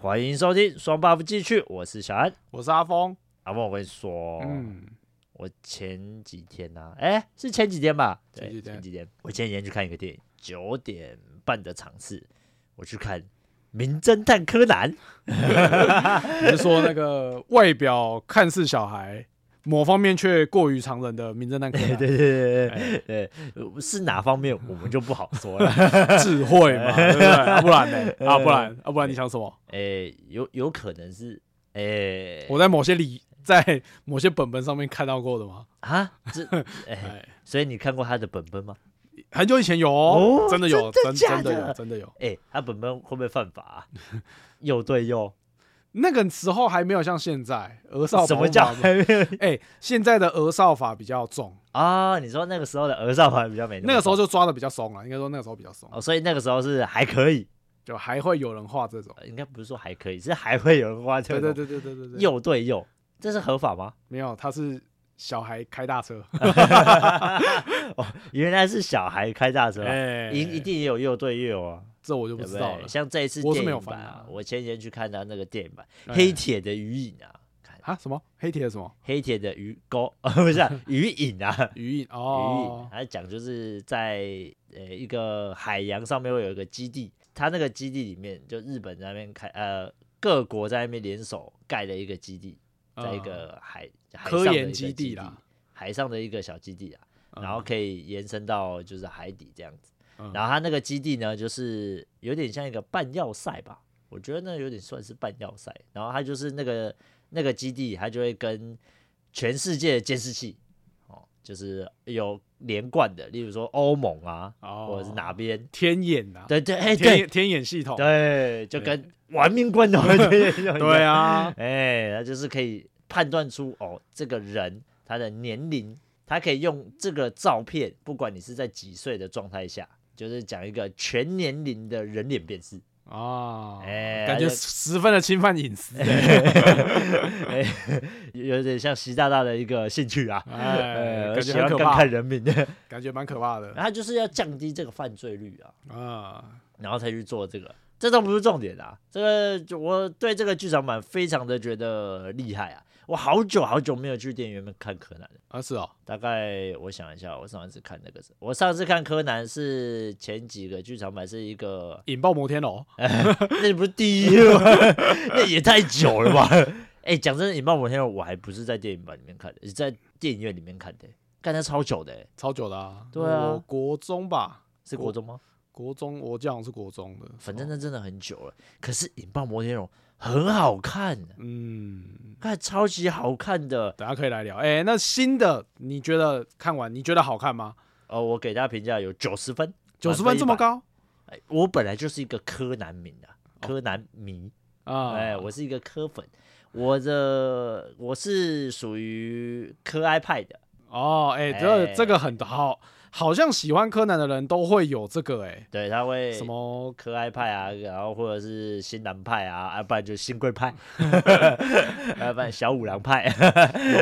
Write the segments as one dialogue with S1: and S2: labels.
S1: 欢迎收听双 buff 继续，我是小安。
S2: 我是阿峰。
S1: 阿峰，我跟你说，
S2: 嗯，
S1: 我前几天呢、啊，哎、是前几天吧？对，
S2: 前几天
S1: 前几天，我前几天去看一个电影，九点半的场次，我去看《名侦探柯南》。
S2: 你是说那个 外表看似小孩，某方面却过于常人的名侦探柯南？
S1: 对对对
S2: 哎
S1: 对对对，是哪方面我们就不好说了。
S2: 智慧嘛，对不对？啊、不然呢？啊，不然啊，不然你想什么？
S1: 哎、有有可能是，哎、
S2: 我在某些里，在某些本本上面看到过的吗？
S1: 啊，这哎、
S2: 哎，
S1: 所以你看过他的本本吗？
S2: 很久以前有哦，
S1: 哦
S2: 真的有，
S1: 真的
S2: 真
S1: 假
S2: 真的
S1: 的
S2: 有，真的有。
S1: 哎、他本本会不会犯法、 啊？又对又，
S2: 那个时候还没有像现在儿少
S1: 什
S2: 保护
S1: 么叫
S2: 法
S1: 还没有
S2: 哎、现在的儿少法比较重，
S1: 啊？你说那个时候的儿少还比较没么
S2: 那个时候
S1: 重
S2: 就抓的比较松了，啊应该说那个时候比较松，
S1: 哦，所以那个时候是还可以，
S2: 就还会有人画这种。
S1: 呃应该不是说还可以，是还会有人花这
S2: 对
S1: 种
S2: 对对对对对对，
S1: 又对又，这是合法吗？
S2: 没有，他是小孩开大车，
S1: 哦，原来是小孩开大车、啊，
S2: 哎
S1: 一、一定也有又对又啊，
S2: 这我就不
S1: 对不
S2: 知道了
S1: 对？。像这一次
S2: 我是
S1: 电
S2: 没有
S1: 影
S2: 翻
S1: 版、啊
S2: 啊，
S1: 我前几天去看他那个电影版《
S2: 哎
S1: 黑铁的鱼影》啊，看
S2: 啊，什么黑铁的什么
S1: 黑铁的鱼钩， 不 是啊、鱼影啊，鱼
S2: 鱼影
S1: 影，
S2: 哦，
S1: 它讲就是在呃一个海洋上面会有一个基地，它那个基地里面就日本在那边开呃各国在那边联手盖的一个基地，在一个海、海上
S2: 嗯科
S1: 的一
S2: 研
S1: 个基
S2: 基地啦，
S1: 海上的一个小基地啊，
S2: 嗯
S1: 然后可以延伸到就是海底这样子。
S2: 嗯
S1: 然后它那个基地呢，就是有点像一个半要塞吧，我觉得那有点算是半要塞。然后它就是那个那个基地，它就会跟全世界的监视器哦，就是有连贯的，例如说欧盟啊，
S2: 哦
S1: 或者是哪边，
S2: 天眼呐，
S1: 对对，哎
S2: 天
S1: 对
S2: 眼天眼系统，
S1: 对，就跟玩命关头对
S2: 对，啊，
S1: 哎，他就是可以判断出哦，这个人他的年龄，他可以用这个照片，不管你是在几岁的状态下，就是讲一个全年龄的人脸辨识。
S2: 啊，
S1: 哎
S2: 感
S1: 而
S2: 觉
S1: 且
S2: 十分的侵犯隐私，
S1: 哎，有有点像习大大的一个兴趣啊，
S2: 哎，
S1: 呃，
S2: 感
S1: 喜
S2: 觉
S1: 欢
S2: 很可
S1: 看
S2: 怕
S1: 看，啊人 民，
S2: 感觉蛮可怕的
S1: 他就是要降低这个犯罪率啊，
S2: 啊，
S1: 然后才去做这个。这都不是重点啊，这个就我对这个剧场版非常的觉得厉害啊！我好久好久没有去电影院看柯南了。
S2: 啊是哦，
S1: 大概我想一下，我上一次看那个是，我上次看柯南是前几个剧场版是一个，
S2: 引爆摩天楼，
S1: 那不是第一吗？ 那也太久了吧？哎、讲真的，《引爆摩天轮》我还不是在电影版里面看的，是在电影院里面看的、看它超久的、
S2: 超久的啊，
S1: 对啊
S2: 我国中吧，
S1: 是国中吗？
S2: 国中我记得好像是国中的，
S1: 反正
S2: 哦
S1: 那真的很久了。可是《引爆摩天轮》很好看，
S2: 嗯。
S1: 看超级好看的。
S2: 等下可以来聊。哎、那新的你觉得看完你觉得好看吗？
S1: 哦，我给大家评价有九十分，
S2: 九十分这么
S1: 满100？
S2: 高
S1: 哎我本来就是一个柯南迷啊，柯南迷。
S2: 啊？
S1: 哎，我是一个科粉，我的我是属于科爱派的，
S2: 哦，哎、这、
S1: 哎
S2: 这个很好，好像喜欢柯南的人都会有这个哎、
S1: 对，他会
S2: 什么
S1: 科爱派啊，然后或者是新南派啊，啊，不然就新贵 派，啊，不然小五郎派，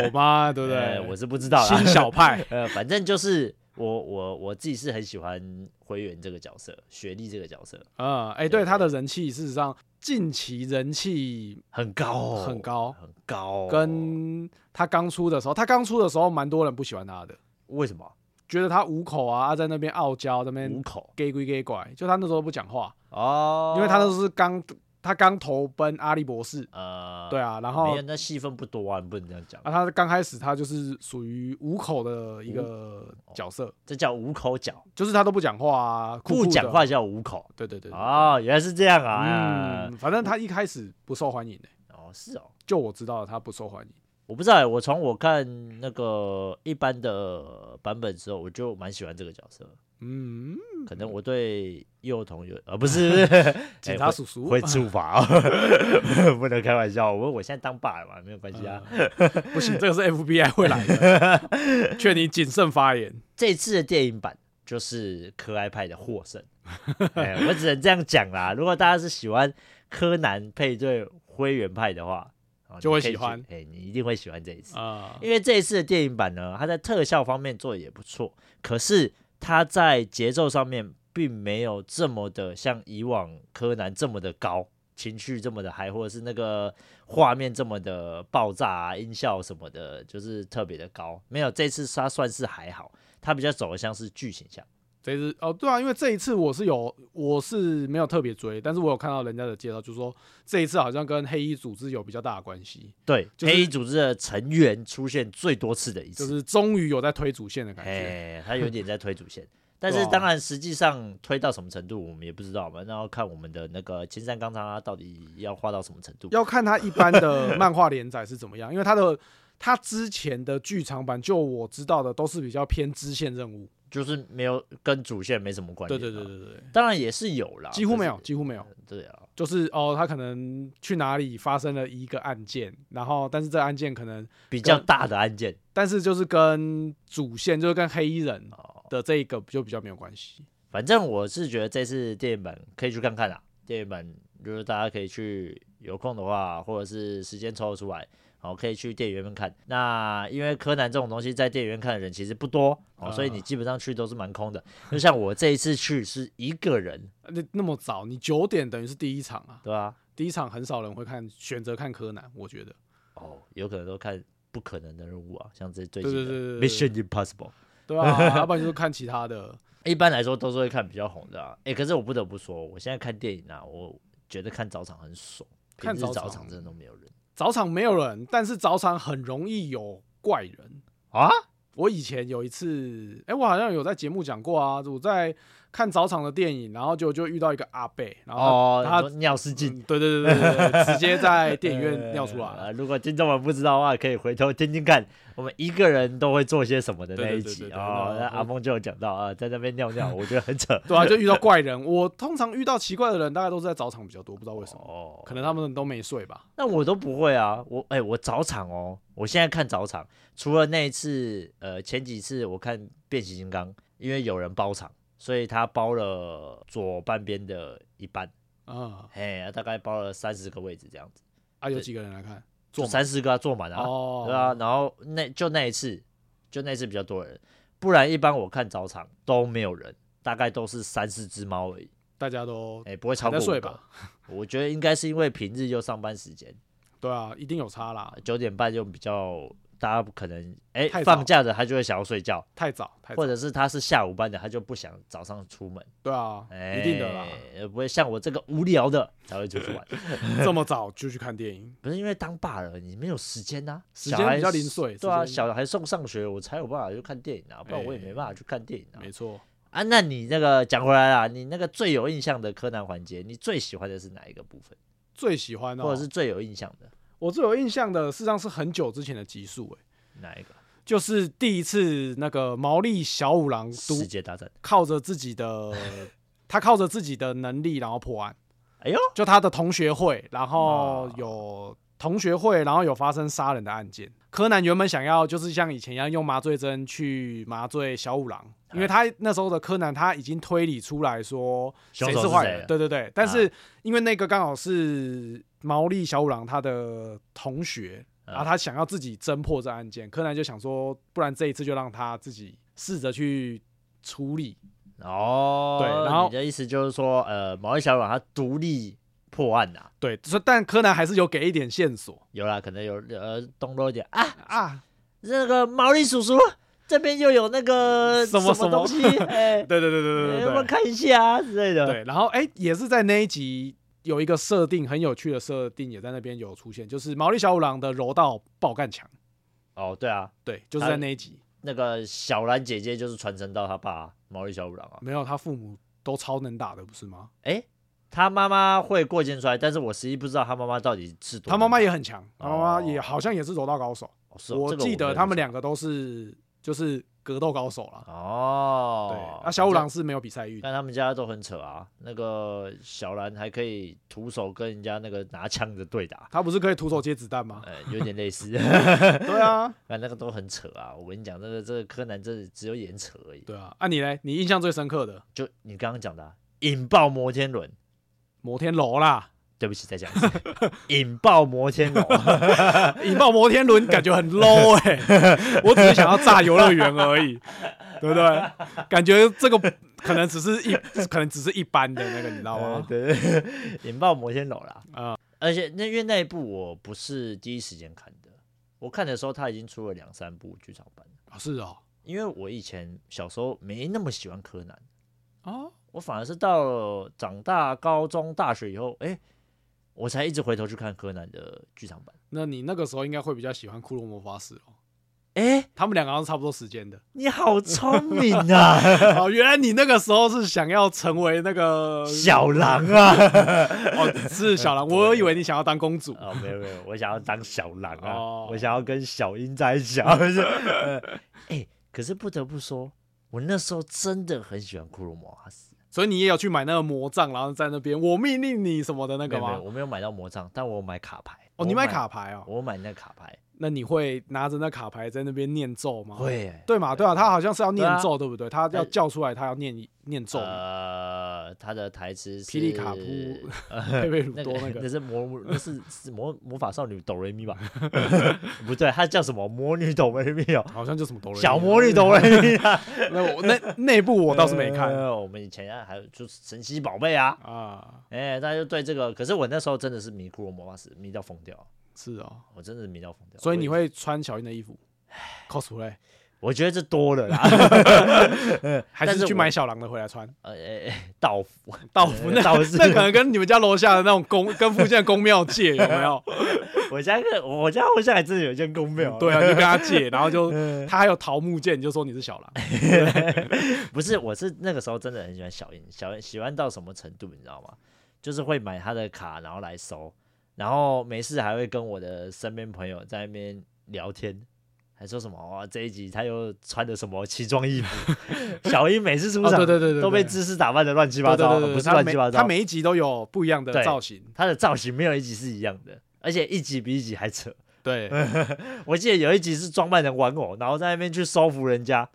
S2: 有 吗？ 对不对？
S1: 呃我是不知道啦
S2: 新，小派
S1: 呃，反正就是我我我自己是很喜欢灰原这个角色，雪莉这个角色
S2: 啊，哎、
S1: 对
S2: 对他的人气，事实上近期人气
S1: 很高哦、
S2: 很高，
S1: 很高哦、
S2: 跟他刚出的时候，他刚出的时候蛮多人不喜欢他的，
S1: 为什么
S2: 觉得他五口啊，啊在那边傲娇，在那边
S1: 五口
S2: gay 归 gay 拐，就他那时候不讲话，
S1: 哦，
S2: 因为他那时候是刚他刚投奔阿笠博士，
S1: 呃，
S2: 对啊，然后
S1: 没有，那戏份不多啊，你不能这样讲，
S2: 啊，他刚开始他就是属于五口的一个角色，
S1: 这叫五口角。
S2: 就是他都不讲话啊，酷酷
S1: 哦不
S2: 的
S1: 讲话，叫五口
S2: 对对对，对
S1: 哦，原来是这样啊！
S2: 嗯，反正他一开始不受欢迎的、欸
S1: 哦，是哦，
S2: 就我知道他不受欢迎，
S1: 我不知道欸，我从我看那个一般的版本之后，我就蛮喜欢这个角色。
S2: 嗯，
S1: 可能我对幼童有，呃，不 是哎
S2: 警察叔叔、
S1: 会会处罚哦， 不能开玩笑。我我现在当爸了嘛，没有关系啊。
S2: 嗯不行，这个是 FBI 会来 的，劝你谨慎发言。
S1: 这次的电影版就是可爱派的获胜， 哎，我只能这样讲啦。如果大家是喜欢柯南配对灰原派的话，哦
S2: 就会
S1: 你可以
S2: 喜欢
S1: 去哎，你一定会喜欢这一次。
S2: 啊、
S1: 因为这一次的电影版呢，它在特效方面做的也不错，可是它在节奏上面并没有这么的像以往柯南这么的高，情绪这么的嗨，或者是那个画面这么的爆炸啊，音效什么的，就是特别的高。没有，这次它算是还好，它比较走的像是剧情向。
S2: 这次哦，对啊，因为这一次我是有，我是没有特别追，但是我有看到人家的介绍，就是说这一次好像跟黑衣组织有比较大的关系，
S1: 对，
S2: 就是
S1: 黑衣组织的成员出现最多次的一次，
S2: 就是终于有在推主线的感觉。啊
S1: 哎，他有点在推主 线。但是当然，实际上推到什么程度我们也不知道嘛，然后看我们的那个青山刚昌他到底要画到什么程度。
S2: 要看他一般的漫画连载是怎么样，因为他的他之前的剧场版，就我知道的都是比较偏支线任务。
S1: 就是没有跟主线没什么关系。啊
S2: 对对对，对对，
S1: 当然也是有啦，
S2: 几乎没有
S1: 可，啊是。
S2: 几乎没有。
S1: 对啊，
S2: 就是哦，他可能去哪里发生了一个案件，然后但是这个案件可能，
S1: 比较大的案件
S2: 但是就是跟主线就是跟黑衣人
S1: 哦。
S2: 的这一个就比较没有关系。
S1: 反正我是觉得这次电影版可以去看看啦，电影版就是大家可以去有空的话，或者是时间抽得出来。哦，可以去电影院看。那因为柯南这种东西在电影院看的人其实不多哦，
S2: 啊
S1: 所以你基本上去都是蛮空的。就像我这一次去是一个人，
S2: 那那么早，你九点等于是第一场啊，
S1: 对吧、
S2: 第一场很少人会看，选择看柯南，我觉得。
S1: 哦，有可能都看不可能的任务啊，像这最
S2: 对
S1: 近的
S2: 对对对对
S1: Mission Impossible。
S2: 对啊，要不然就是看其他的。
S1: 一般来说都是会看比较红的、啊。哎、可是我不得不说，我现在看电影啊，我觉得看早场很爽。
S2: 看
S1: 平日
S2: 早
S1: 早
S2: 场
S1: 场真的都没有人
S2: 早场没有人，但是早场很容易有怪人。
S1: 啊，
S2: 我以前有一次，哎、我好像有在节目讲过啊，我在看早场的电影，然后就就遇到一个阿贝，然后
S1: 哦，
S2: 他,、
S1: 你说尿失禁。
S2: 嗯对对对对对对，直接在电影
S1: 呃
S2: 院尿出来了。
S1: 呃如果听众们不知道的话，可以回头听听看，我们一个人都会做些什么的那一
S2: 对对对对
S1: 集
S2: 对
S1: 哦。
S2: 那
S1: 那
S2: 我
S1: 阿梦就有讲到啊，在那边尿 尿，我觉得很扯。
S2: 对啊，就遇到怪人。我通常遇到奇怪的人，大概都是在早场比较多，不知道为什么，
S1: 哦，
S2: 可能他们都没睡吧。
S1: 那我都不会啊，我哎、我早场哦，我现在看早场，除了那一次，呃，前几次我看变形金刚，因为有人包场，所以他包了左半边的一半，
S2: 嗯
S1: 嘿，啊大概包了三十个位置这样子，
S2: 啊，有几个人来看？坐
S1: 就三十个、啊、坐满啊，
S2: 哦，
S1: 对啊，，然后那就那一次，就那一次比较多人，不然一般我看早场都没有人，大概都是三四只猫而已，
S2: 大家都
S1: 哎、不会超
S2: 哦
S1: 过
S2: 还在
S1: 五
S2: 睡
S1: 个
S2: 吧，？
S1: 我觉得应该是因为平日又上班时间。
S2: 对啊，一定有差啦，
S1: 九点半就比较大家不可能哎、
S2: 太早
S1: 放假的他就会想要睡觉，
S2: 太早太早
S1: 或，者是他是下午班的他就不想早上出门，
S2: 对啊，
S1: 哎、
S2: 一定 的啦。
S1: 啦，不会像我这个无聊的才会出去 玩，
S2: 这么早就去看电影，
S1: 不是因为当爸了你没有时间呐、
S2: 时
S1: 小
S2: 间
S1: 孩
S2: 比较零碎
S1: 对啊，
S2: 时间
S1: 小孩送上学我才有办法去看电影啊，不然我也
S2: 哎
S1: 没办法去看电影啊。
S2: 没错。
S1: 啊，那你那个讲回来啦，你那个最有印象的柯南环节，你最喜欢的是哪一个部分，
S2: 最喜欢的、哦
S1: 或者是最有印象的
S2: 我最有印象的，事实上是很久之前的集数，哎，
S1: 哪一个？
S2: 就是第一次那个毛利小五郎独
S1: 世界大战。
S2: 靠着自己的，他靠着自己的能力，然后破案。
S1: 哎呦，
S2: 就他的同学会，然后
S1: 啊
S2: 有同学会，然后有发生杀人的案件。柯南原本想要就是像以前一样用麻醉针去麻醉小五郎，因为他那时候的柯南他已经推理出来说
S1: 凶
S2: 谁啊
S1: 手
S2: 是
S1: 是
S2: 坏
S1: 谁
S2: 人
S1: 了，
S2: 对对对。但是因为那个刚好是毛利小五郎他的同学，
S1: 啊
S2: 然后他想要自己侦破这案件，柯南就想说，不然这一次就让他自己试着去处理。
S1: 哦，
S2: 对然后
S1: 你的意思就是说，呃，毛利小五郎他独立破案呐、啊
S2: 对，所以但柯南还是有给一点线索
S1: 有啦，可能有呃东罗一点啊，
S2: 啊，
S1: 那个毛利叔叔这边又有那个
S2: 什么
S1: 什东西，哎、
S2: 对对对对对
S1: 哎
S2: 对
S1: 我
S2: 对
S1: 们。看一下啊之类的。
S2: 对，然后哎、也是在那一集有一个设定很有趣的设定，也在那边有出现，就是毛利小五郎的柔道爆干强。
S1: 哦，对啊，
S2: 对，就是在那一集，
S1: 那个小兰姐姐就是传承到他爸毛利小五郎啊。
S2: 没有他父母都超能打的，不是吗？
S1: 哎、他妈妈会过肩摔，但是我实际不知道他妈妈到底是多。
S2: 他妈妈、也很强，他妈妈
S1: 哦
S2: 也好像也是柔道高手。
S1: 哦是哦
S2: 我
S1: 这个
S2: 记
S1: 没
S2: 得
S1: 有
S2: 他们
S1: 印
S2: 两个都是就是格斗高手啦。
S1: 象哦，
S2: 对，那小五郎是没有比赛欲的。
S1: 但他们家都很扯啊，那个小兰还可以徒手跟人家那个拿枪的对打，
S2: 他不是可以徒手接子 弹吗？
S1: 呃，有点类 似，
S2: 对啊，
S1: 但那个都很扯啊。我跟你讲，这个这个柯南真的只有演扯而已。
S2: 对啊。啊，你嘞？你印象最深刻的
S1: 就你刚刚讲的、啊、引爆摩天轮，
S2: 摩天楼啦，
S1: 对不起，再讲一次， 引爆摩天楼。
S2: 引爆摩天轮感觉很 low 哎、 我只是想要炸游乐园而已，对不对？感觉这个可能只是一，可能只是一般的那个，你知道
S1: 呃
S2: 吗？
S1: 对对 对，引爆摩天楼啦。
S2: 啊
S1: 而且那因为那一部我不是第一时间看的，我看的时候他已经出了两三部剧场版了。
S2: 哦是哦，
S1: 因为我以前小时候没那么喜欢柯南，
S2: 哦，
S1: 我反而是到了长大、高中、大学以后，哎，我才一直回头去看柯南的剧场版。
S2: 那你那个时候应该会比较喜欢骷髅魔法使哦。
S1: 哎，
S2: 他们两个好像是差不多时 间的
S1: 你好聪明啊，
S2: 哦，原来你那个时候是想要成为那个
S1: 小狼啊！
S2: 哦，是 小狼，我以为你想要当公主
S1: 哦，没有没有，我想要当小狼啊，
S2: 哦
S1: 我想要跟小樱在一起啊。 不是呃哎、可是不得不说，我那时候真的很喜欢库洛魔啊法使。
S2: 所以你也有去买那个魔杖，然后在那边我命令你什么的那
S1: 那
S2: 个吗？
S1: 我没有买到魔杖，但我有买卡牌。
S2: 哦，
S1: 我
S2: 你买卡，牌哦，
S1: 我买那卡牌。
S2: 那你会拿着那卡牌在那边念咒吗？，
S1: 会、
S2: 对嘛？对啊，他好像是要
S1: 对啊
S2: 念咒，对不对？他要
S1: 呃
S2: 叫出来，他要念一念咒嘛。
S1: 呃，他的台词是
S2: 霹雳卡
S1: 布
S2: 夫，
S1: 呃
S2: 佩佩鲁
S1: 那
S2: 多那
S1: 个那
S2: 个
S1: 是魔，那是是魔魔法少女哆瑞咪 吧？ 不对，她叫什么？魔女哆瑞咪哦，
S2: 好像就什么哆啦 A 梦
S1: 小魔女哆瑞咪啊。
S2: 那我那 那部我 倒是没看
S1: 呃我们以前啊还有就是神奇宝贝啊，
S2: 啊，
S1: 哎、大家就对这个，可是我那时候真的是迷骷髅魔法使，迷到疯掉，
S2: 是哦。
S1: 我真的是迷到疯掉。
S2: 所以你
S1: 我，
S2: 会穿小樱的衣服 cosplay，
S1: 我觉得这多了 啦，
S2: 还
S1: 但是
S2: 是去
S1: 我
S2: 买小狼的回来穿
S1: 呃，哎哎道服，哎
S2: 道服？那
S1: 道士
S2: 那可能跟你们家楼下的那种宫，跟附近的宫庙 借有没有？
S1: 我家个我家楼下还真的有一间公庙，
S2: 对啊，啊就跟他借，然后就 他还有桃木剑，你就说你是小 狼。
S1: 不是，我是那个时候真的很喜欢小樱，小樱喜欢到什么程度，你知道吗？就是会买她的卡，然后来收，然后没事还会跟我的身边朋友在那边聊天，还说什么哇、这一集他又穿的什么奇装异 服，小樱每次出
S2: 哦
S1: 场、
S2: 对对对对
S1: 都被
S2: 对
S1: 知识打扮的乱七
S2: 七
S1: 八糟，
S2: 对对对
S1: 不是
S2: 他
S1: 乱
S2: 每
S1: 七八糟，
S2: 他每一集都有不一样的
S1: 对
S2: 造型。
S1: 他的造型没有一集是一样的，而且一集比一集还扯。
S2: 对，
S1: 我记得有一集是装扮成玩偶，然后在那边去收服人家，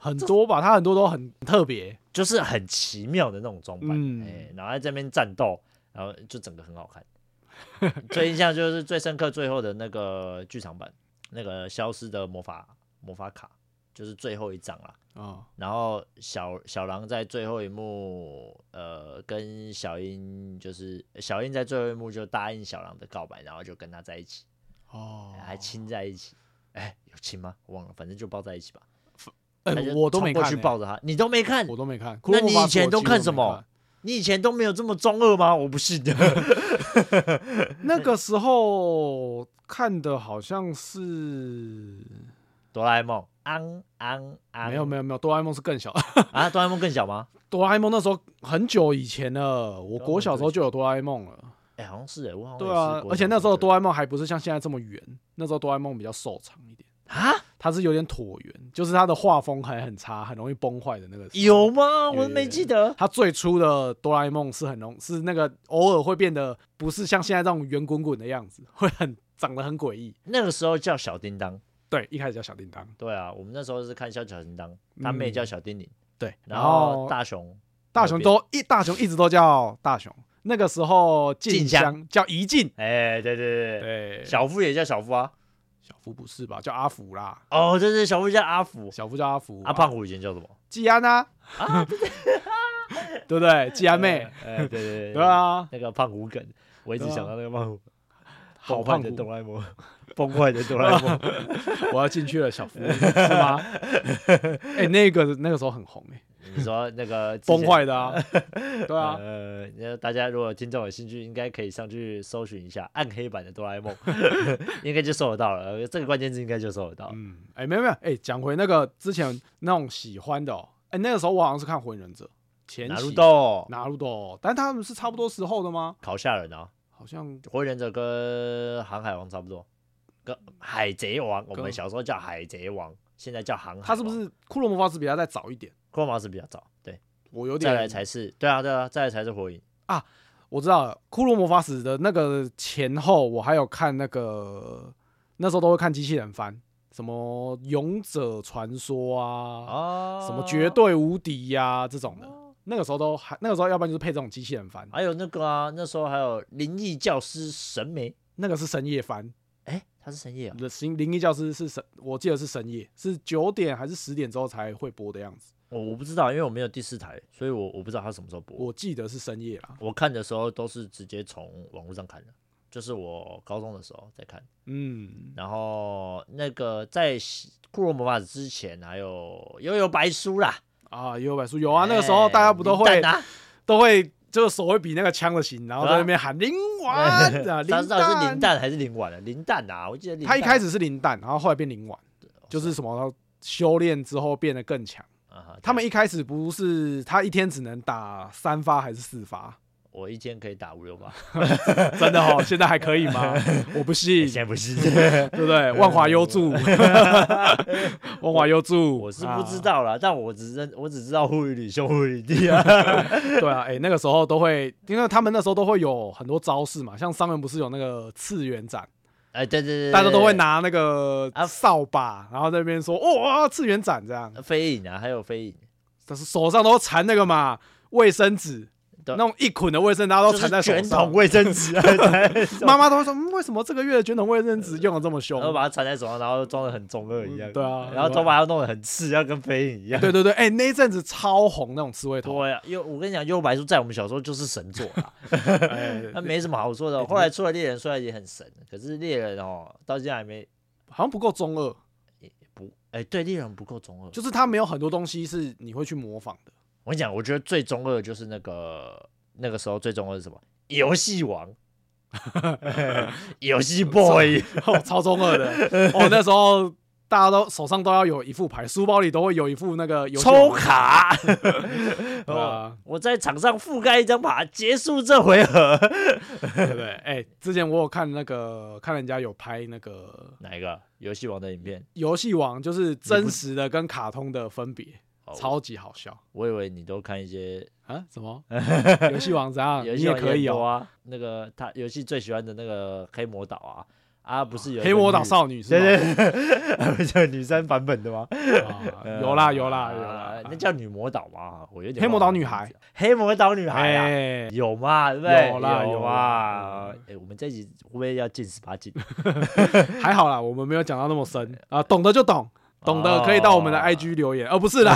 S2: 很多吧，他很多都很特别。
S1: 就是很奇妙的那种装扮，哎、
S2: 嗯
S1: 然后在这边战斗，然后就整个很好看。最印象就是最深刻最后的那个剧场版，那个消失的魔法魔法卡，就是最后一章啦。
S2: 啊、
S1: 然后小小狼在最后一幕，呃，跟小樱就是小樱在最后一幕就答应小狼的告白，然后就跟他在一起，
S2: 哦，
S1: 哎还亲在一起。哎，有亲吗？我忘了，反正就抱在一起吧。
S2: 呃
S1: 他就
S2: 我都
S1: 冲
S2: 没
S1: 过
S2: 看、
S1: 去
S2: 欸，
S1: 抱着他，你都没看，
S2: 我都没看。
S1: 那你
S2: 骷髅魔法
S1: 以前
S2: 使
S1: 都
S2: 我几乎
S1: 看
S2: 没
S1: 什么？你以前都没有这么中二吗？我不信 的。
S2: 那个时候看的好像是
S1: 哆啦 A 梦，安安安，
S2: 没有没有没有，哆啦 A 梦是更小。
S1: 啊？哆啦 A 梦更小吗？
S2: 哆啦 A 梦那时候很久以前了，我国小时候就有哆啦 A 梦了。
S1: 哎、好像是哎、我好像
S2: 对
S1: 也是
S2: 啊，
S1: 国
S2: 而且
S1: 小
S2: 那时候
S1: 就
S2: 哆啦 A 梦还不是像现在这么圆，那时候哆啦 A 梦比较瘦长一点，
S1: 啊
S2: 它是有点椭圆，就是它的画风还很差，很容易崩坏的那个时候。
S1: 有吗？
S2: 有
S1: 我
S2: 有
S1: 没
S2: 有
S1: 记得。
S2: 它最初的哆啦 A 梦是很容，是那个偶尔会变得不是像现在这种圆滚滚的样子，会很长得很诡异。
S1: 那个时候叫小叮当，
S2: 对，一开始叫小叮当，
S1: 对啊，我们那时候是看小小叮当，他妹
S2: 嗯
S1: 叫小叮铃，
S2: 对，
S1: 然
S2: 后
S1: 后大雄，
S2: 大雄都一大雄一直都叫大雄，那个时候
S1: 静
S2: 静
S1: 香
S2: 香叫怡静，
S1: 哎、对对对对，
S2: 对，
S1: 小夫也叫小夫啊。
S2: 小夫不是吧？叫阿福啦，
S1: 哦，对对，小夫叫阿福，
S2: 小夫叫阿福吧，啊
S1: 阿胖虎以前叫什么？
S2: 季安啊， 对不对？季安妹，
S1: 哎、对对对，
S2: 对啊，
S1: 那个胖虎梗，我一直
S2: 对啊
S1: 想到那个胖虎，
S2: 好
S1: 崩
S2: 胖
S1: 坏的
S2: 虎，
S1: 哆啦 A 梦，崩坏的哆啦 A 梦。
S2: 我要进去了，小夫是吗？ 哎，那个那个时候很红哎，
S1: 你说那个之前
S2: 崩坏的啊， 对啊，
S1: 呃，那大家如果听众有兴趣，应该可以上去搜寻一下暗黑版的哆啦 A 梦，应该就搜得到了。呃这个关键字应该就搜得到。
S2: 嗯，哎，没有没有，哎，讲回那个之前那种喜欢的，哦，哎，那个时候我好像是看火影忍者前
S1: 拿
S2: 期
S1: 入。豆
S2: 拿入豆，哦但他们是差不多时候的吗？
S1: 考下人啊，
S2: 好像
S1: 火影忍者跟航海王差不多，跟海贼王，我们
S2: 跟
S1: 小时候叫海贼王，现在叫航海王。
S2: 他是不是骷髅魔法师比他再早一点？
S1: 库洛魔法使比较早？对，
S2: 我有点
S1: 再来才是对啊对啊，再来才是火影。
S2: 我知道了，《骷髅魔法使》的那个前后，我还有看那个，那时候都会看机器人番，什么《勇者传说》啊，
S1: 哦
S2: 什么《绝对无敌、呀这种的。那个时候都还那个时候，要不然就是配这种机器人番，
S1: 还有那个啊，那时候还有灵异教师神眉，
S2: 那个是深夜番。
S1: 哎，他是深夜啊，
S2: 的灵灵异教师是深，我记得是深夜，是九点还是十点之后才会播的样子。
S1: 我我不知道，因为我没有第四台，所以我我不知道他什么时候播。我
S2: 我记得是深夜啦。
S1: 看的时候都是直接从网络上看的，就是我高中的时候在看。
S2: 嗯，
S1: 然后那个在库洛魔法使之前，还有《悠悠白书》啦，
S2: 啊，有本书有啊，那个时
S1: 哎
S2: 候大家不都
S1: 林
S2: 会
S1: 丹啊？
S2: 都会就是手会比那个枪的形，然后
S1: 对啊
S2: 在那边喊林丸
S1: 他
S2: 啊，林
S1: 到底是林
S2: 蛋。
S1: 蛋还是林丸啊？林蛋啊，我记得林
S2: 他一
S1: 蛋哦
S2: 开始是林蛋，然后后来变林丸，就是什么修炼之后变得更强。
S1: 啊哈，
S2: 他们一开始不是他一天只能打三发还是四发？
S1: 啊我一天可以打五六把，
S2: 真的哦，现在还可以吗？我不信
S1: 以，前不是，
S2: 对不 对？万华优助，万华优助，
S1: 我是不
S2: 啊
S1: 知道啦，但我只认我只知道护与女兄护与弟啊，
S2: 啊。对啊，哎、那个时候都会，因为他们那时候都会有很多招式嘛，像商人不是有那个次元斩，
S1: 哎，对对对，
S2: 大家都会
S1: 对
S2: 拿那个
S1: 啊
S2: 扫把，然后在那边说哇、次元斩这样，
S1: 飞影啊，还有飞影，
S2: 但是手上都缠那个嘛卫生纸。
S1: 对
S2: 那种一捆的卫生纸，大家都
S1: 就
S2: 缠
S1: 是
S2: 在手
S1: 卷筒
S2: 上。
S1: 卫生纸啊，对
S2: 妈妈都会说、嗯为什么这个月的卷筒卫生纸用的这么凶
S1: 然？后把它缠在手上，然后装的很中二一样，
S2: 嗯对啊
S1: 然后头发要弄得很刺，要跟飞影一样。
S2: 对对对，哎、那一阵子超红那种刺猬头，
S1: 对啊，又我跟你讲，幽白书在我们小时候就是神作 啦，
S2: 哎
S1: 它没什么好说的。后来出了猎人，虽然也很神，可是猎人哦，到现在还没
S2: 好像不够中二，
S1: 不，哎，对，猎人不够中二。
S2: 就是它没有很多东西是你会去模仿的。
S1: 我跟你讲，我觉得最中二的就是那个那个时候最中二是什么？游戏 王，游戏 boy，
S2: 哦，超中二的。哦，那时候大家都手上都要有一副牌，书包里都会有一副那个游戏
S1: 抽
S2: 王
S1: 卡。
S2: 对啊，
S1: 我在场上覆盖一张牌，结束这回合。
S2: 对不对？哎、之前我有看那个看人家有拍那个
S1: 哪一个游戏王的影片？
S2: 游戏王，就是真实的跟卡通的分别，
S1: 哦
S2: 超级好笑
S1: 我以为你都看一些
S2: 啊！什 么游戏王怎样？
S1: 游
S2: 啊你
S1: 戏
S2: 也
S1: 王
S2: 可以
S1: 演播
S2: 哦。
S1: 啊。那个他游戏最喜欢的那个黑魔岛啊啊，不是有一个
S2: 黑魔岛
S1: 女
S2: 少女是
S1: 对对
S2: 吗？
S1: 对，不是有女生版本的吗？
S2: 啊有啦有啦有啦
S1: 呃 啊，那叫女魔岛吗？我有点
S2: 黑魔岛
S1: 忘了
S2: 女
S1: 名
S2: 孩
S1: 字了，黑魔岛女孩啊，
S2: 哎，
S1: 有嘛？对不对？
S2: 有啦有
S1: 啊
S2: 啦。
S1: 哎，我们这集会不会要进十八禁？
S2: 还好啦，我们没有讲到那么深啊，懂得就懂。懂得可以到我们的
S1: 哦
S2: IG 留言，而、不 是啦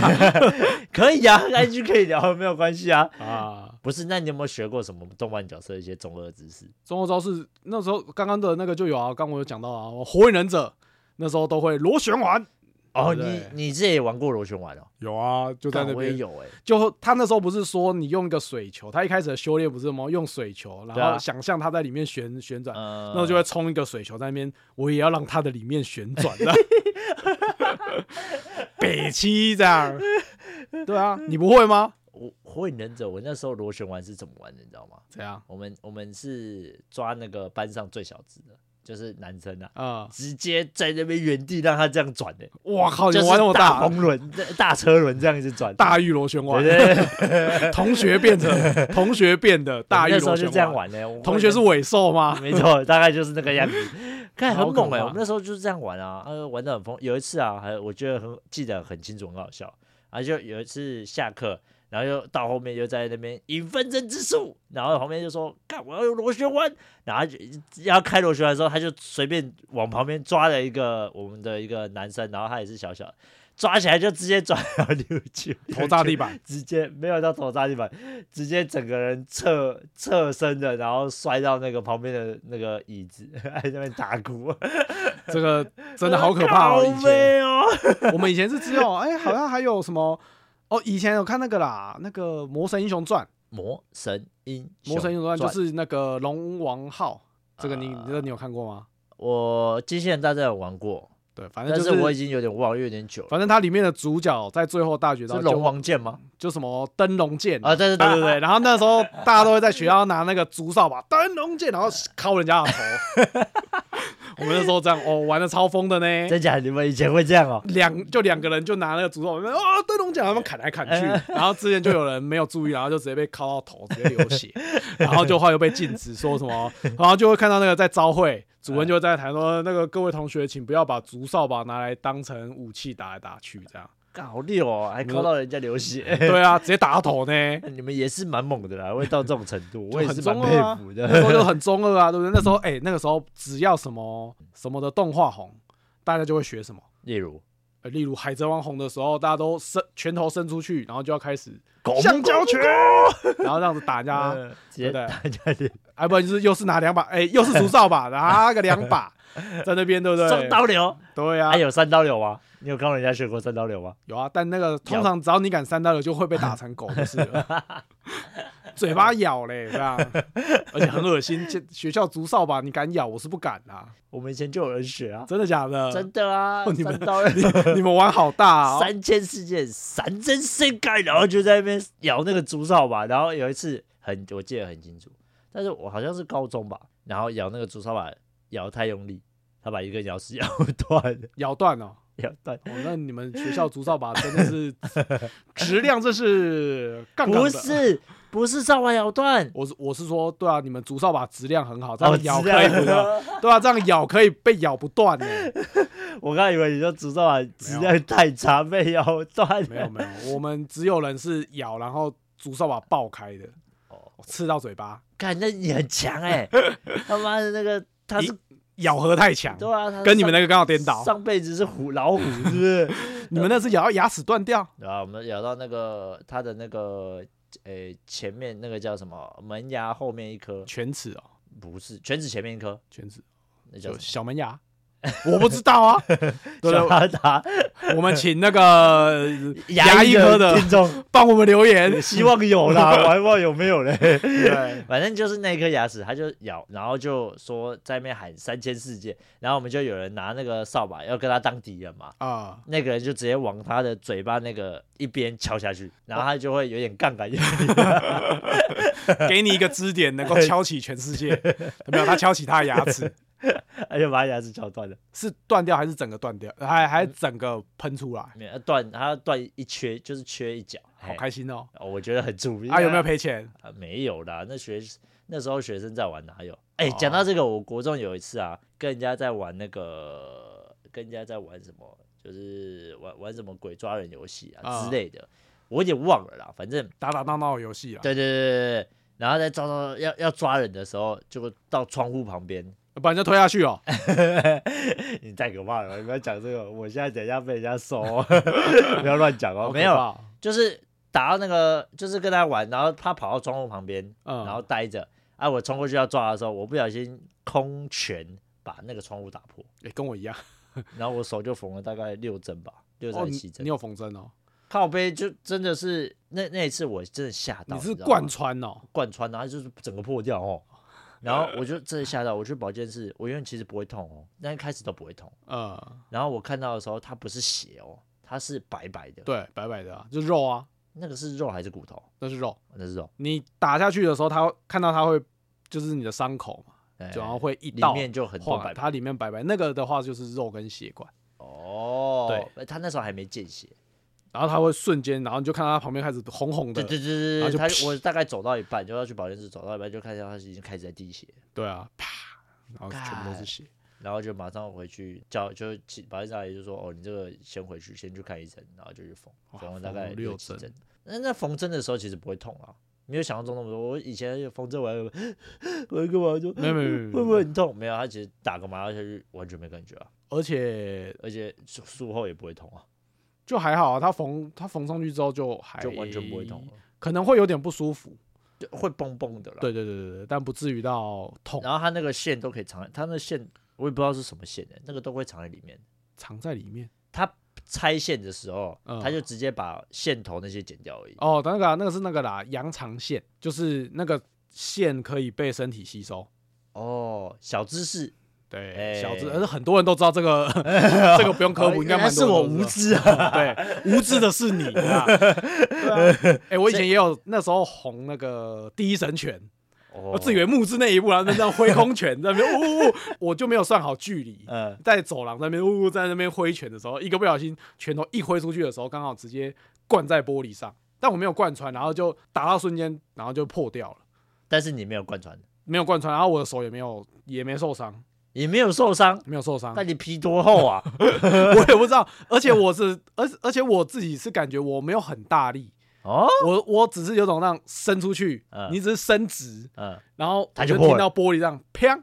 S1: 可以啊，IG 可以聊，没有关系啊。
S2: 啊，
S1: 不是，那你有没有学过什么动漫角色的一些中二知识？
S2: 中国招式那时候刚刚的那个就有啊，刚我有讲到啊，我火影忍者那时候都会螺旋丸，
S1: 哦，
S2: 对
S1: 你你自己也玩过螺旋丸哦？
S2: 有啊，就在
S1: 但
S2: 那
S1: 我也
S2: 边。
S1: 有哎、
S2: 就他那时候不是说你用一个水球，他一开始的修炼不是什么用水球，
S1: 对啊
S2: 然后想象他在里面旋旋转，
S1: 嗯，
S2: 那我就会冲一个水球在那边，我也要让他的里面旋 转的，北七这样。对啊，你不会吗？
S1: 我火影忍者，我那时候螺旋丸是怎么玩的，你知道吗？
S2: 怎样？
S1: 我们我们是抓那个班上最小只的，就是男生啊，
S2: 啊、
S1: 直接在那边原地让他这样转的、
S2: 哇靠，哦你
S1: 就是
S2: 玩那么
S1: 大
S2: 大，啊
S1: 风轮、大车轮这样子转。
S2: 大玉螺旋丸，
S1: 对对对，
S2: 同学 变成同学变的大玉
S1: 我们那时
S2: 螺
S1: 候就
S2: 旋
S1: 这样玩的、我
S2: 同学是尾 兽吗？
S1: 没错，大概就是那个 样子。看很
S2: 好可
S1: 猛哎、
S2: 怕
S1: 我们那时候就是这样玩啊，呃，玩的很疯。有一次啊，还我觉得很记得很清楚，很好笑。啊，就有一次下课，然后又到后面又在那边引分身之术，然后旁边就说：“看，我要用螺旋丸。”然后他就要开螺旋丸的时候，他就随便往旁边抓了一个我们的一个男生，然后他也是小小的，抓起来就直接抓到溜去，
S2: 头炸地板，
S1: 直接没有到头砸地板，直接整个人侧侧身的，然后摔到那个旁边的那个椅子， 还在那边打鼓，
S2: 这个真的好可怕 哦！以
S1: 好
S2: 前
S1: 悲哦，
S2: 我们以前是只有哎，好像还有什么哦，以前有看那个啦，那个《魔神英雄传》，
S1: 魔神英
S2: 《魔神英雄传》就是那个龙王号，这个你
S1: 啊
S2: 你这个你有看过吗？
S1: 我机器人大战有玩过，
S2: 对，反正
S1: 但
S2: 就是
S1: 我已经有点忘了，因为有点久了。
S2: 反正它里面的主角在最后大决
S1: 是
S2: 战
S1: 龙
S2: 就嗯
S1: 王剑吗？
S2: 就什么灯笼剑
S1: 啊，。对对
S2: 对对
S1: 对
S2: 对，然后那时候大家都会在学校拿那个竹扫把灯笼剑，然后敲人家的头。我们那时候这样哦，玩的超疯的呢
S1: 对，。真假？你们以前会这样哦？
S2: 两就两个人就拿那个竹筒，啊，灯笼奖他们砍来砍去，然后之前就有人没有注意，然后就直接被敲到头，直接流血， 然后就后来又被禁止说什么，然后就会看到那个在招会，主任就会在台上说，那个各位同学，请不要把竹扫把拿来当成武器打来打去，这样
S1: 干好溜哦，还靠到人家流血。
S2: 对啊，直接打到头呢，
S1: 你们也是蛮猛的啦，会到这种程 度，我也
S2: 很
S1: 是蛮
S2: 中二啊
S1: 佩服
S2: 那时
S1: 的。
S2: 候就很中二啊，对不对？那时候哎、那个时候只要什么什么的动画红，大家就会学什么。
S1: 例如
S2: 呃例如《海贼王》红的时候，大家都伸拳头伸出去，然后就要开始
S1: 狗
S2: 橡胶拳，然后这样子打人
S1: 啊
S2: 家，，
S1: 嗯直接
S2: 对不对
S1: 打人家脸，
S2: 哎，不然就是又是拿两把，哎，又是竹扫把，拿个两把在那边，对不
S1: 双
S2: 对？
S1: 刀流，
S2: 对啊
S1: 还，有三刀流吗？你有看到人家学过三刀流吗？
S2: 有啊，但那个通常只要你敢三刀流，就会被打成狗，就是了嘴巴咬嘞，这样，而且很恶心。这学校竹扫把你敢咬，我是不敢啊，
S1: 我们以前就有人学啊，
S2: 真的假的？
S1: 真的啊，
S2: 哦你们
S1: 三刀流。
S2: 你们玩好大 啊！
S1: 三千世界三针伸开，然后就在那边咬那个竹扫把。然后有一次很，我记得很清楚，但是我好像是高中吧，然后咬那个竹扫把咬得太用力，他把一根牙齿咬 断了，
S2: 咬断哦。
S1: 咬断。
S2: 哦，那你们学校竹扫把真 的是质量，这是杠杠的。
S1: 不是，不是扫把咬断，
S2: 我是我是说，对啊，你们竹扫把质量很好，这
S1: 哦，
S2: 样咬
S1: 知
S2: 可以不断，
S1: 道。
S2: 对啊，这样咬可以被咬不断呢、
S1: 我刚以为你说竹扫把质量太差被咬断
S2: 没有
S1: 了。
S2: 没有，我们只有人是咬，然后竹扫把爆开的，
S1: 哦，
S2: 刺到嘴巴，
S1: 看那你很强 哎、他妈的那个他是
S2: 咬合太强，
S1: 对啊，他是
S2: 跟你们
S1: 上
S2: 那个刚好颠倒。
S1: 上辈子是虎老虎是不 是？
S2: 你们那是咬到牙齿断掉，
S1: 对啊，我们咬到那个它的那个诶、前面那个叫什么门牙后面一颗，
S2: 犬齿哦，
S1: 不是全齿前面一颗，
S2: 犬齿
S1: 那叫
S2: 就
S1: 什么
S2: 小门牙，我不知 道啊。
S1: 小
S2: 对了，
S1: 哈达
S2: 我们请那个
S1: 牙
S2: 牙医科的
S1: 听众，
S2: 帮我们留言，
S1: 希望有 啦，我还不知道有没有嘞。
S2: 对，
S1: 反正就是那颗牙齿，他就咬，然后就说在那边喊三千世界，然后我们就有人拿那个扫把要跟他当敌人嘛。
S2: 啊，
S1: 那个人就直接往他的嘴巴那个一边敲下去，然
S2: 哦
S1: 后他就会有点杠杆，
S2: 给你一个支点，能够敲起全世界。没有，他敲起他的牙 齿，
S1: 而且把他牙齿敲断了，
S2: 是断掉还是整个断掉？还还
S1: 嗯
S2: 整个喷出来？
S1: 没有断，他断一缺就是缺一角，
S2: 好
S1: 嘿
S2: 开心哦！
S1: 哦，我觉得很注意
S2: 啊，有没有赔钱？
S1: 啊？没有啦，那学那时候学生在玩哪有？哎、
S2: 哦
S1: 讲到这个，我国中有一次啊，跟人家在玩那个，跟人家在玩什么，就是玩玩什么鬼抓人游戏啊
S2: 啊
S1: 之类的，我有点忘了啦。反正
S2: 打打闹闹的游戏啊，
S1: 对对对对对，然后在抓抓要要抓人的时候，就到窗户旁边。
S2: 把人家推下去哦。
S1: 你太可怕了！你不要讲这 个，我现在等一下被人家收、哦，不要乱讲
S2: 好
S1: 哦。
S2: 可
S1: 没有，
S2: 怕哦，
S1: 就是打到那个，就是跟他玩，然后他跑到窗户旁边，
S2: 嗯，
S1: 然后待着。啊，我冲过去要抓的时候，我不小心空拳把那个窗户打 破，
S2: 也哎跟我一样。
S1: 然后我手就缝了大概六针吧，六针
S2: 哦，
S1: 还是
S2: 你
S1: 七针。
S2: 你有缝针哦？
S1: 靠背就真的是那那一次我真的吓到，
S2: 你
S1: 你
S2: 是
S1: 知道
S2: 贯
S1: 吗
S2: 穿哦？
S1: 贯穿，然后就是整个破掉哦。然后我就真的吓到，我去保健室，我原本其实不会痛哦，但一开始都不会痛。
S2: 呃，
S1: 然后我看到的时候，它不是血哦，它是白白的，
S2: 对，白白的啊，就肉啊，
S1: 那个是肉还是骨头？
S2: 那是肉。
S1: 那是肉，
S2: 你打下去的时候，它看到它会就是你的伤口嘛，
S1: 哎
S2: 然后会一
S1: 里
S2: 道
S1: 面就很多
S2: 晃啊，
S1: 白白
S2: 它里面白白。那个的话就是肉跟血管。
S1: 哦。对，他那时候还没见血，
S2: 然后它会瞬间，然后你就看到它旁边开始红红的，
S1: 对对对
S2: 然后
S1: 对对，
S2: 就
S1: 他就我大概走到一半就要去保健室，走到一半就看见他已经开始在滴血，
S2: 对啊，啪，然后全部都是血。
S1: 然后就马上回去叫，就请保健室阿姨就说：“哦，你这个先回去，先去看医生。”然后就去缝，
S2: 哇
S1: 缝了
S2: 缝
S1: 大
S2: 了
S1: 概
S2: 六
S1: 六七
S2: 针
S1: 针。那那缝针的时候其实不会痛啊，没有想象中那么多。我以前缝针完， 我还干嘛就
S2: 没有没有没有没
S1: 会
S2: 有
S1: 不会很痛？没有，他其实打个麻药下去完全没感觉啊，
S2: 而且
S1: 而且术术后也不会痛啊，
S2: 就还好啊，它缝它缝上去之后就还
S1: 就完全不会痛了，啊
S2: 可能会有点不舒服。
S1: 就会蹦蹦的啦。
S2: 对对对对对，但不至于到痛，
S1: 然后他那个线都可以藏在，他那线我也不知道是什么线的、那个都会藏在里面。
S2: 藏在里面。
S1: 他拆线的时候，
S2: 嗯
S1: 他就直接把线头那些剪掉而已。
S2: 哦，那个啊、那个是那个啦，羊肠线，就是那个线可以被身体吸收。
S1: 哦，小知识，
S2: 对，
S1: 哎哦
S2: 小智，而且很多人都知道 这个，这个不用科普，应该
S1: 原来
S2: 蛮
S1: 是我
S2: 多人
S1: 无
S2: 都知
S1: 知啊。
S2: 道。对，无知的是你啊！对啊哎，我以前也有那时候红那个第一神拳，
S1: 我
S2: 我自以为木之那一步，然后在那挥空拳，在那边呜呜呜，我就没有算好距离，
S1: 嗯，
S2: 在走廊在那边呜呜在那边挥拳的时候，一个不小心拳头一挥出去的时候，刚好直接灌在玻璃上，但我没有贯穿，然后就打到瞬间，然后就破掉了，
S1: 但是你没有贯穿，
S2: 没有贯穿，然后我的手也没有也没受伤，
S1: 也没有受伤，
S2: 没有受伤，
S1: 但你皮多厚啊？
S2: 我也不知道。而且我是，而而且我自己是感觉我没有很大力，
S1: 哦，
S2: 我我只是有种让伸出去，
S1: 嗯
S2: 你只是伸直，
S1: 嗯，
S2: 然后
S1: 它
S2: 我
S1: 就
S2: 就
S1: 破
S2: 听
S1: 了
S2: 到玻璃这样砰，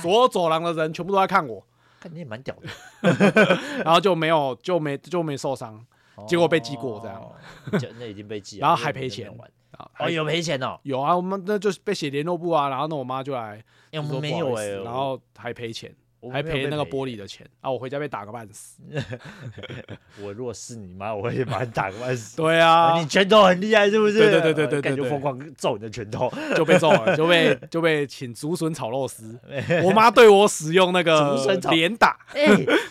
S2: 所有走廊的人全部都在 看我，
S1: 看你也蛮屌的，
S2: 然后就没有就没就没受伤，
S1: 哦
S2: 结果被记过这样，
S1: 就那已经被记了，
S2: 然后还
S1: 因为你
S2: 赔
S1: 没有
S2: 钱
S1: 玩
S2: 然后
S1: 哦，有赔钱哦，
S2: 有啊，我们那就是被写联络部啊，然后呢，我妈就来
S1: 哎我
S2: 就
S1: 们
S2: 说
S1: 没
S2: 不
S1: 有
S2: 好意
S1: 哎
S2: 思，然后还赔钱，
S1: 我
S2: 还
S1: 没有被
S2: 赔那个
S1: 赔
S2: 玻璃的钱啊，我回家被打个半死。
S1: 我如果是你妈，我也把你打个半死。哦
S2: 对啊
S1: 你，拳头很厉害，是不是？
S2: 对对对对对对
S1: 感觉
S2: 对
S1: 疯狂揍你的拳头。
S2: 就被揍 了，就被就被请竹笋炒肉丝。我妈对我使用那个
S1: 竹笋炒
S2: 连打，
S1: 哎、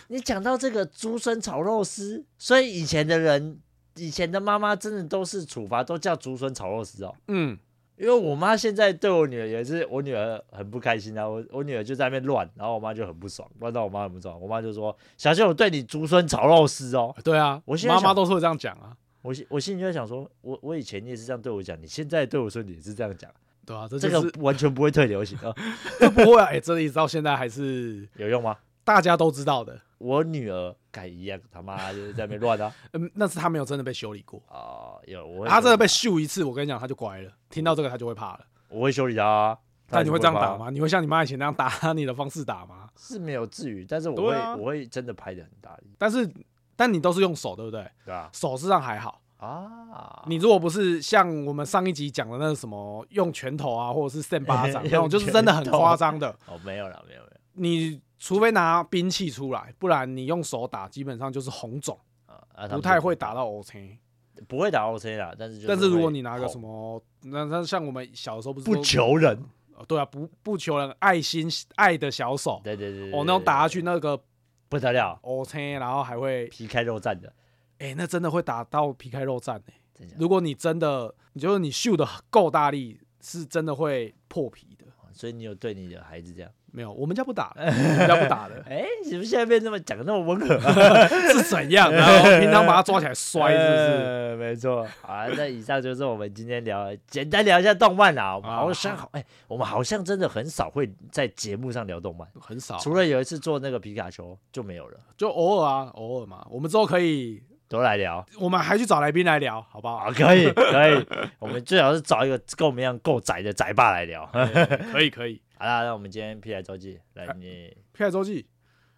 S1: 你讲到这个竹笋炒肉丝，所以以前的人，以前的妈妈真的都是处罚都叫竹笋炒肉丝哦。
S2: 嗯，
S1: 因为我妈现在对我女儿也是，我女儿很不开心啊，我我女儿就在那边乱，然后我妈就很不爽，乱到我妈很不爽，我妈就说：“小心我对你竹笋炒肉丝哦。
S2: 对啊，
S1: 我现在
S2: 妈妈
S1: 想
S2: 都是会这样讲啊，
S1: 我心”我心里就在想说，我我以前你也是这样对我讲，你现在对我说你也是这样讲，
S2: 对啊，这
S1: 这
S2: 就是
S1: 个完全不会退流行啊，
S2: 这不会啊，哎，这一直到现在还是
S1: 有用吗？
S2: 大家都知道的。
S1: 我女儿改一样，他妈就是在那边乱啊！
S2: 嗯，那是他没有真的被修理过，
S1: 啊，有我会
S2: 他真的
S1: 修理
S2: 被秀一次，我跟你讲，他就乖了。听到这个他就会怕了。
S1: 我会修理她啊。
S2: 那你
S1: 她
S2: 会
S1: 还是
S2: 这样打
S1: 怕？
S2: 吗？你会像你妈以前那样打你的方式打吗？
S1: 是没有至于，但是我
S2: 对
S1: 会、
S2: 啊
S1: 我会真的拍的很大力，
S2: 但是，但你都是用手，对不对？
S1: 对吧、
S2: 手势上还好。
S1: 啊？啊，
S2: 你如果不是像我们上一集讲的那个什么用拳头啊，或者是扇巴 掌那种，
S1: 用
S2: 就是真的很
S1: 拳头
S2: 夸张的。
S1: 哦没有了，没有没有
S2: 你除非拿兵器出来，不然你用手打，基本上就是红肿，
S1: 啊，啊他
S2: 不
S1: 们
S2: 太
S1: 就
S2: 会打到 OK。
S1: 不会打 OK 啦，但是就
S2: 但是
S1: 是
S2: 如果
S1: 会
S2: 你拿个
S1: 吼
S2: 什么，那那像我们小时候不是
S1: 不
S2: 都
S1: 求人，
S2: 哦对啊，不不求人爱心爱的小手，
S1: 对对对对，
S2: 哦，那种打下
S1: 对
S2: 去那个
S1: 不得了，
S2: OK，然后还会
S1: 皮开肉绽的，
S2: 哎、那真的会打到皮开肉绽哎、
S1: 真假的？
S2: 如果你真的，你就是你秀的够大力，是真的会破皮的。
S1: 哦所以你有对你的孩子这样？，
S2: 没有，我们家不打，我们家不打的
S1: 哎、你们现在变那么讲得那么温和、啊
S2: 是怎样？然后平常把它抓起来摔， 是
S1: 呃没错。好啊，那以上就是我们今天聊，简单聊一下动漫啦。我们
S2: 啊
S1: 好像好，哎、我们好像真的很少会在节目上聊动漫，
S2: 不是？很少，
S1: 除了有一次做那个皮卡丘就没有了。
S2: 就偶尔啊，偶尔嘛。我们之后可以，
S1: 都来聊
S2: 我们还去找来宾来聊，好不好？
S1: 啊，可以可以，我们最好是找一个跟我们一样够宅的宅爸来聊。 好
S2: 可以，可以。
S1: 啦，那我们今天皮来周记，来你
S2: 屁孩周记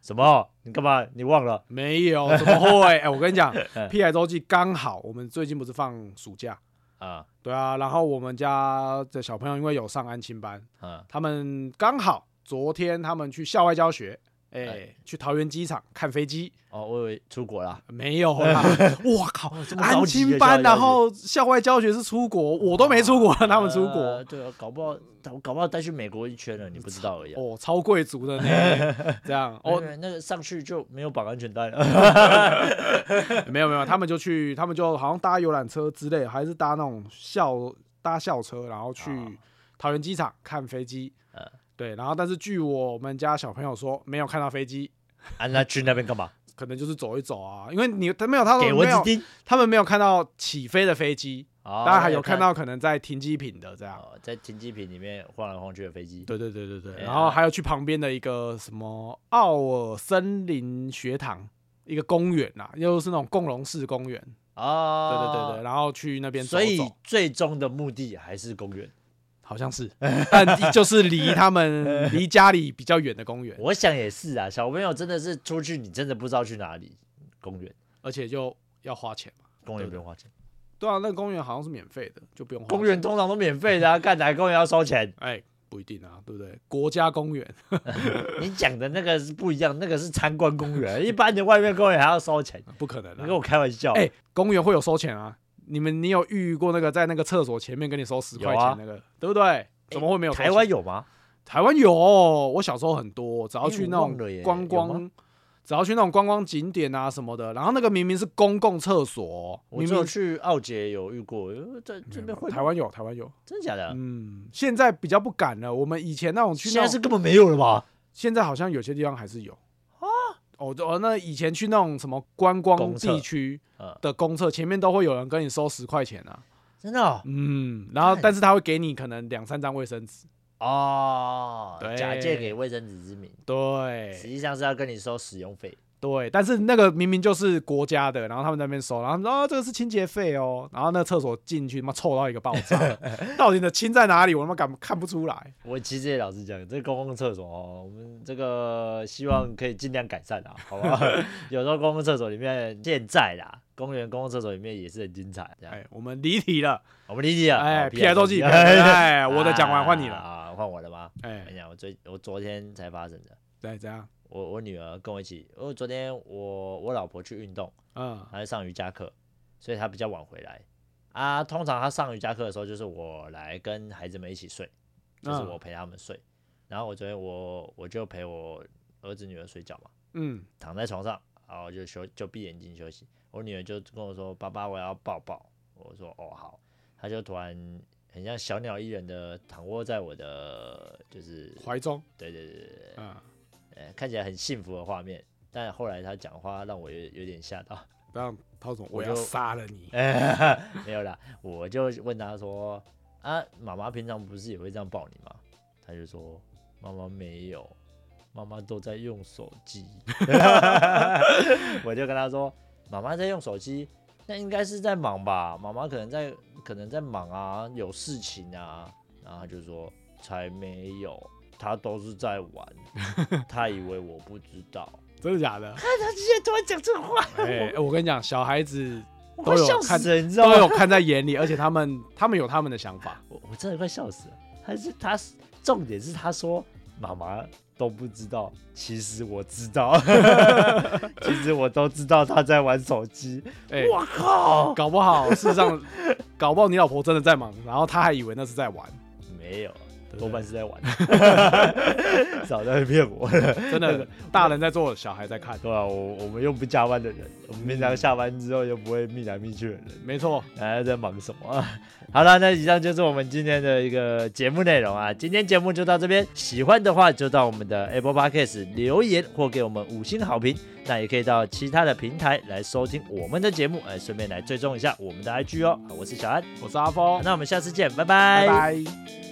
S1: 什么？你干嘛？你忘了？
S2: 没有，怎么会？ 哎、我跟你讲，
S1: 嗯
S2: 屁孩周记刚好，我们最近不是放暑假，
S1: 啊
S2: 对啊，然后我们家的小朋友因为有上安亲班，
S1: 啊
S2: 他们刚好昨天他们去校外教学，哎、
S1: 哎
S2: 去桃园机场看飞机，
S1: 哦，我以为出国啦。
S2: 没 有啦，我靠，
S1: 哦，这么
S2: 安
S1: 高级
S2: 亲
S1: 的
S2: 班，
S1: 校
S2: 然
S1: 友
S2: 后校外教学是出国，我都没出国，他们出
S1: 呃
S2: 国，
S1: 对啊，搞不好搞搞不好带去美国一圈了，你不知道而已啊、
S2: 哦，超贵族的 呢，这样
S1: 哦
S2: 哦，，
S1: 那个上去就没有绑安全带了。
S2: 没有没
S1: 嗯
S2: 有，他们就去，他们就好像搭游览车之类，还是搭那种校搭校车，然后
S1: 哦
S2: 去桃园机场看飞机
S1: 呃，
S2: 对，然后但是据我们家小朋友说，没有看到飞机。
S1: 啊，那去那边干嘛？
S2: 可能就是走一走啊，因为你他没有，他
S1: 给
S2: 说
S1: 蚊
S2: 没
S1: 子
S2: 有，
S1: 叮。
S2: 他们没有看到起飞的飞机，
S1: 哦
S2: 大家还有看、到可能在停机坪的这样。
S1: 哦、在停机坪里面晃来晃去的飞机。
S2: 对对对对对，
S1: 哎呀
S2: 然后还有去旁边的一个什么奥尔森林学堂，一个公园呐、啊，又是那种共融式公园。对对对
S1: 哦，
S2: 对，然后去那边走
S1: 所以
S2: 走，
S1: 最终的目的还是公园。
S2: 好像是， 但就是离 他们离家里比较远的公园，
S1: 我想也是啊，小朋友真的是出去，你真的不知道去哪里。公园，
S2: 而且就要花钱嘛。
S1: 公园
S2: 对
S1: 不用花钱。
S2: 对啊，那个公园好像是免费的，就不用花钱
S1: 公园通常都免费的 啊，干哪个公园要收钱？
S2: 哎、不一定啊，对不对？国家公园。
S1: 你讲的那个是不一样，那个是参观公 园，一般的外面公园还要收钱。
S2: 不可能、
S1: 你
S2: 啊！
S1: 跟我开玩笑？
S2: 哎、公园会有收钱啊？你们你有遇过那个在那个厕所前面跟你收十块
S1: 有
S2: 钱
S1: 啊哎
S2: 那个，对不对？怎么会没有收钱？
S1: 台湾有吗？
S2: 台湾有，我小时候很多，只要
S1: 哎
S2: 去
S1: 我
S2: 那
S1: 忘了
S2: 种
S1: 耶
S2: 观
S1: 有
S2: 光，只要去那种观光景点啊什么的，然后那个明明是公共厕所哦，
S1: 我
S2: 明
S1: 只有
S2: 明
S1: 去澳捷有遇过，呃在这边会吗
S2: 台湾有，台湾有，
S1: 真的假的？
S2: 嗯，现在比较不敢了。我们以前那种去
S1: 现
S2: 那
S1: 在
S2: 种
S1: 是，根本没有了吧？
S2: 现在好像有些地方还是有哦哦，那以前去那种什么观光
S1: 公厕
S2: 地区
S1: 呃，
S2: 的公厕嗯前面都会有人跟你收十块钱啊。
S1: 真的哦
S2: 嗯，然后
S1: 干
S2: 但是他会给你可能两三张卫生纸，
S1: 哦，
S2: 对
S1: 假借给卫生纸之名，实
S2: 对
S1: 际上是要跟你收使用费。
S2: 对，但是那个明明就是国家的，然后他们在那边收，然后他们说、哦、这个是清洁费哦，然后那厕所进去他妈臭到一个爆 炸，到底你的清在哪里？我他妈敢看不出来。
S1: 我其实也老实讲，这公共厕所哦，我们这个希望可以尽量改善 啊，好不好？有时候公共厕所里面现在啦，公园公共厕所里面也是很精彩。这样，
S2: 哎，我们离题了，
S1: 我们理解啊。
S2: 哎，
S1: 好
S2: 皮来斗气，皮来斗 气哎，我的讲完换你了，
S1: 啊，换我了吗？我跟
S2: 哎，
S1: 你讲，我最我昨天才发生的。
S2: 对，这样，
S1: 我我女儿跟我一起，因为昨天我我老婆去运动，
S2: 嗯，
S1: 她在上瑜伽课，所以她比较晚回来。啊，通常她上瑜伽课的时候，就是我来跟孩子们一起睡，就是
S2: 嗯
S1: 我陪他们睡。然后我昨天我我就陪我儿子女儿睡觉嘛，
S2: 嗯，
S1: 躺在床上，然后就休就闭眼睛休息。我女儿就跟我说：“爸爸，我要抱抱。”我说：“哦，好。”她就突然很像小鸟依人的躺卧在我的，就是
S2: 怀中，
S1: 对对对对对。
S2: 嗯，
S1: 呃，看起来很幸福的画面。但后来他讲话让我有有点吓到，
S2: 不要涛总，我
S1: 我
S2: 要
S1: 就哎
S2: 杀了你，
S1: 没有啦，我就问他说：“啊，妈妈平常不是也会这样抱你吗？”他就说：“妈妈没有，妈妈都在用手 机。”我就跟他说：“妈妈在用手机，那应该是在忙吧？妈妈可能在可能在忙啊，有事情啊。”然后他就说：“才没有，她都是在玩，她以为我不知道。”
S2: 真的 假的？
S1: 他直接突然讲这话，
S2: 哎，我跟你讲，小孩子
S1: 我
S2: 都
S1: 快
S2: 有
S1: 笑
S2: 看
S1: 死了，你知道
S2: 都
S1: 吗？
S2: 有看在眼里，而且他们他们有他们的想法，
S1: 我我真的快笑死了。还是他重点是他说妈妈都不知道，其实我知道， 其实我都知道他在玩手机。
S2: 哎，
S1: 我靠，
S2: 搞不好事实上， 搞不好你老婆真的在忙，然后他还以为那是在玩，
S1: 没有，
S2: 对
S1: 多半是在玩， 早在骗我 了。
S2: 真的大人在做，小孩在看，
S1: 对啊，我我们又不加班的人，我们平常下班之后又不会密来密去的人。
S2: 没错，
S1: 还在忙什么 啊？好了，那以上就是我们今天的一个节目内容啊。今天节目就到这边，喜欢的话就到我们的 Apple Podcast 留言或给我们五星好评。那也可以到其他的平台来收听我们的节目，哎，顺便来追踪一下我们的 IG 哦。好我是小安，
S2: 我是阿峰，
S1: 那我们下次见，拜
S2: 拜拜。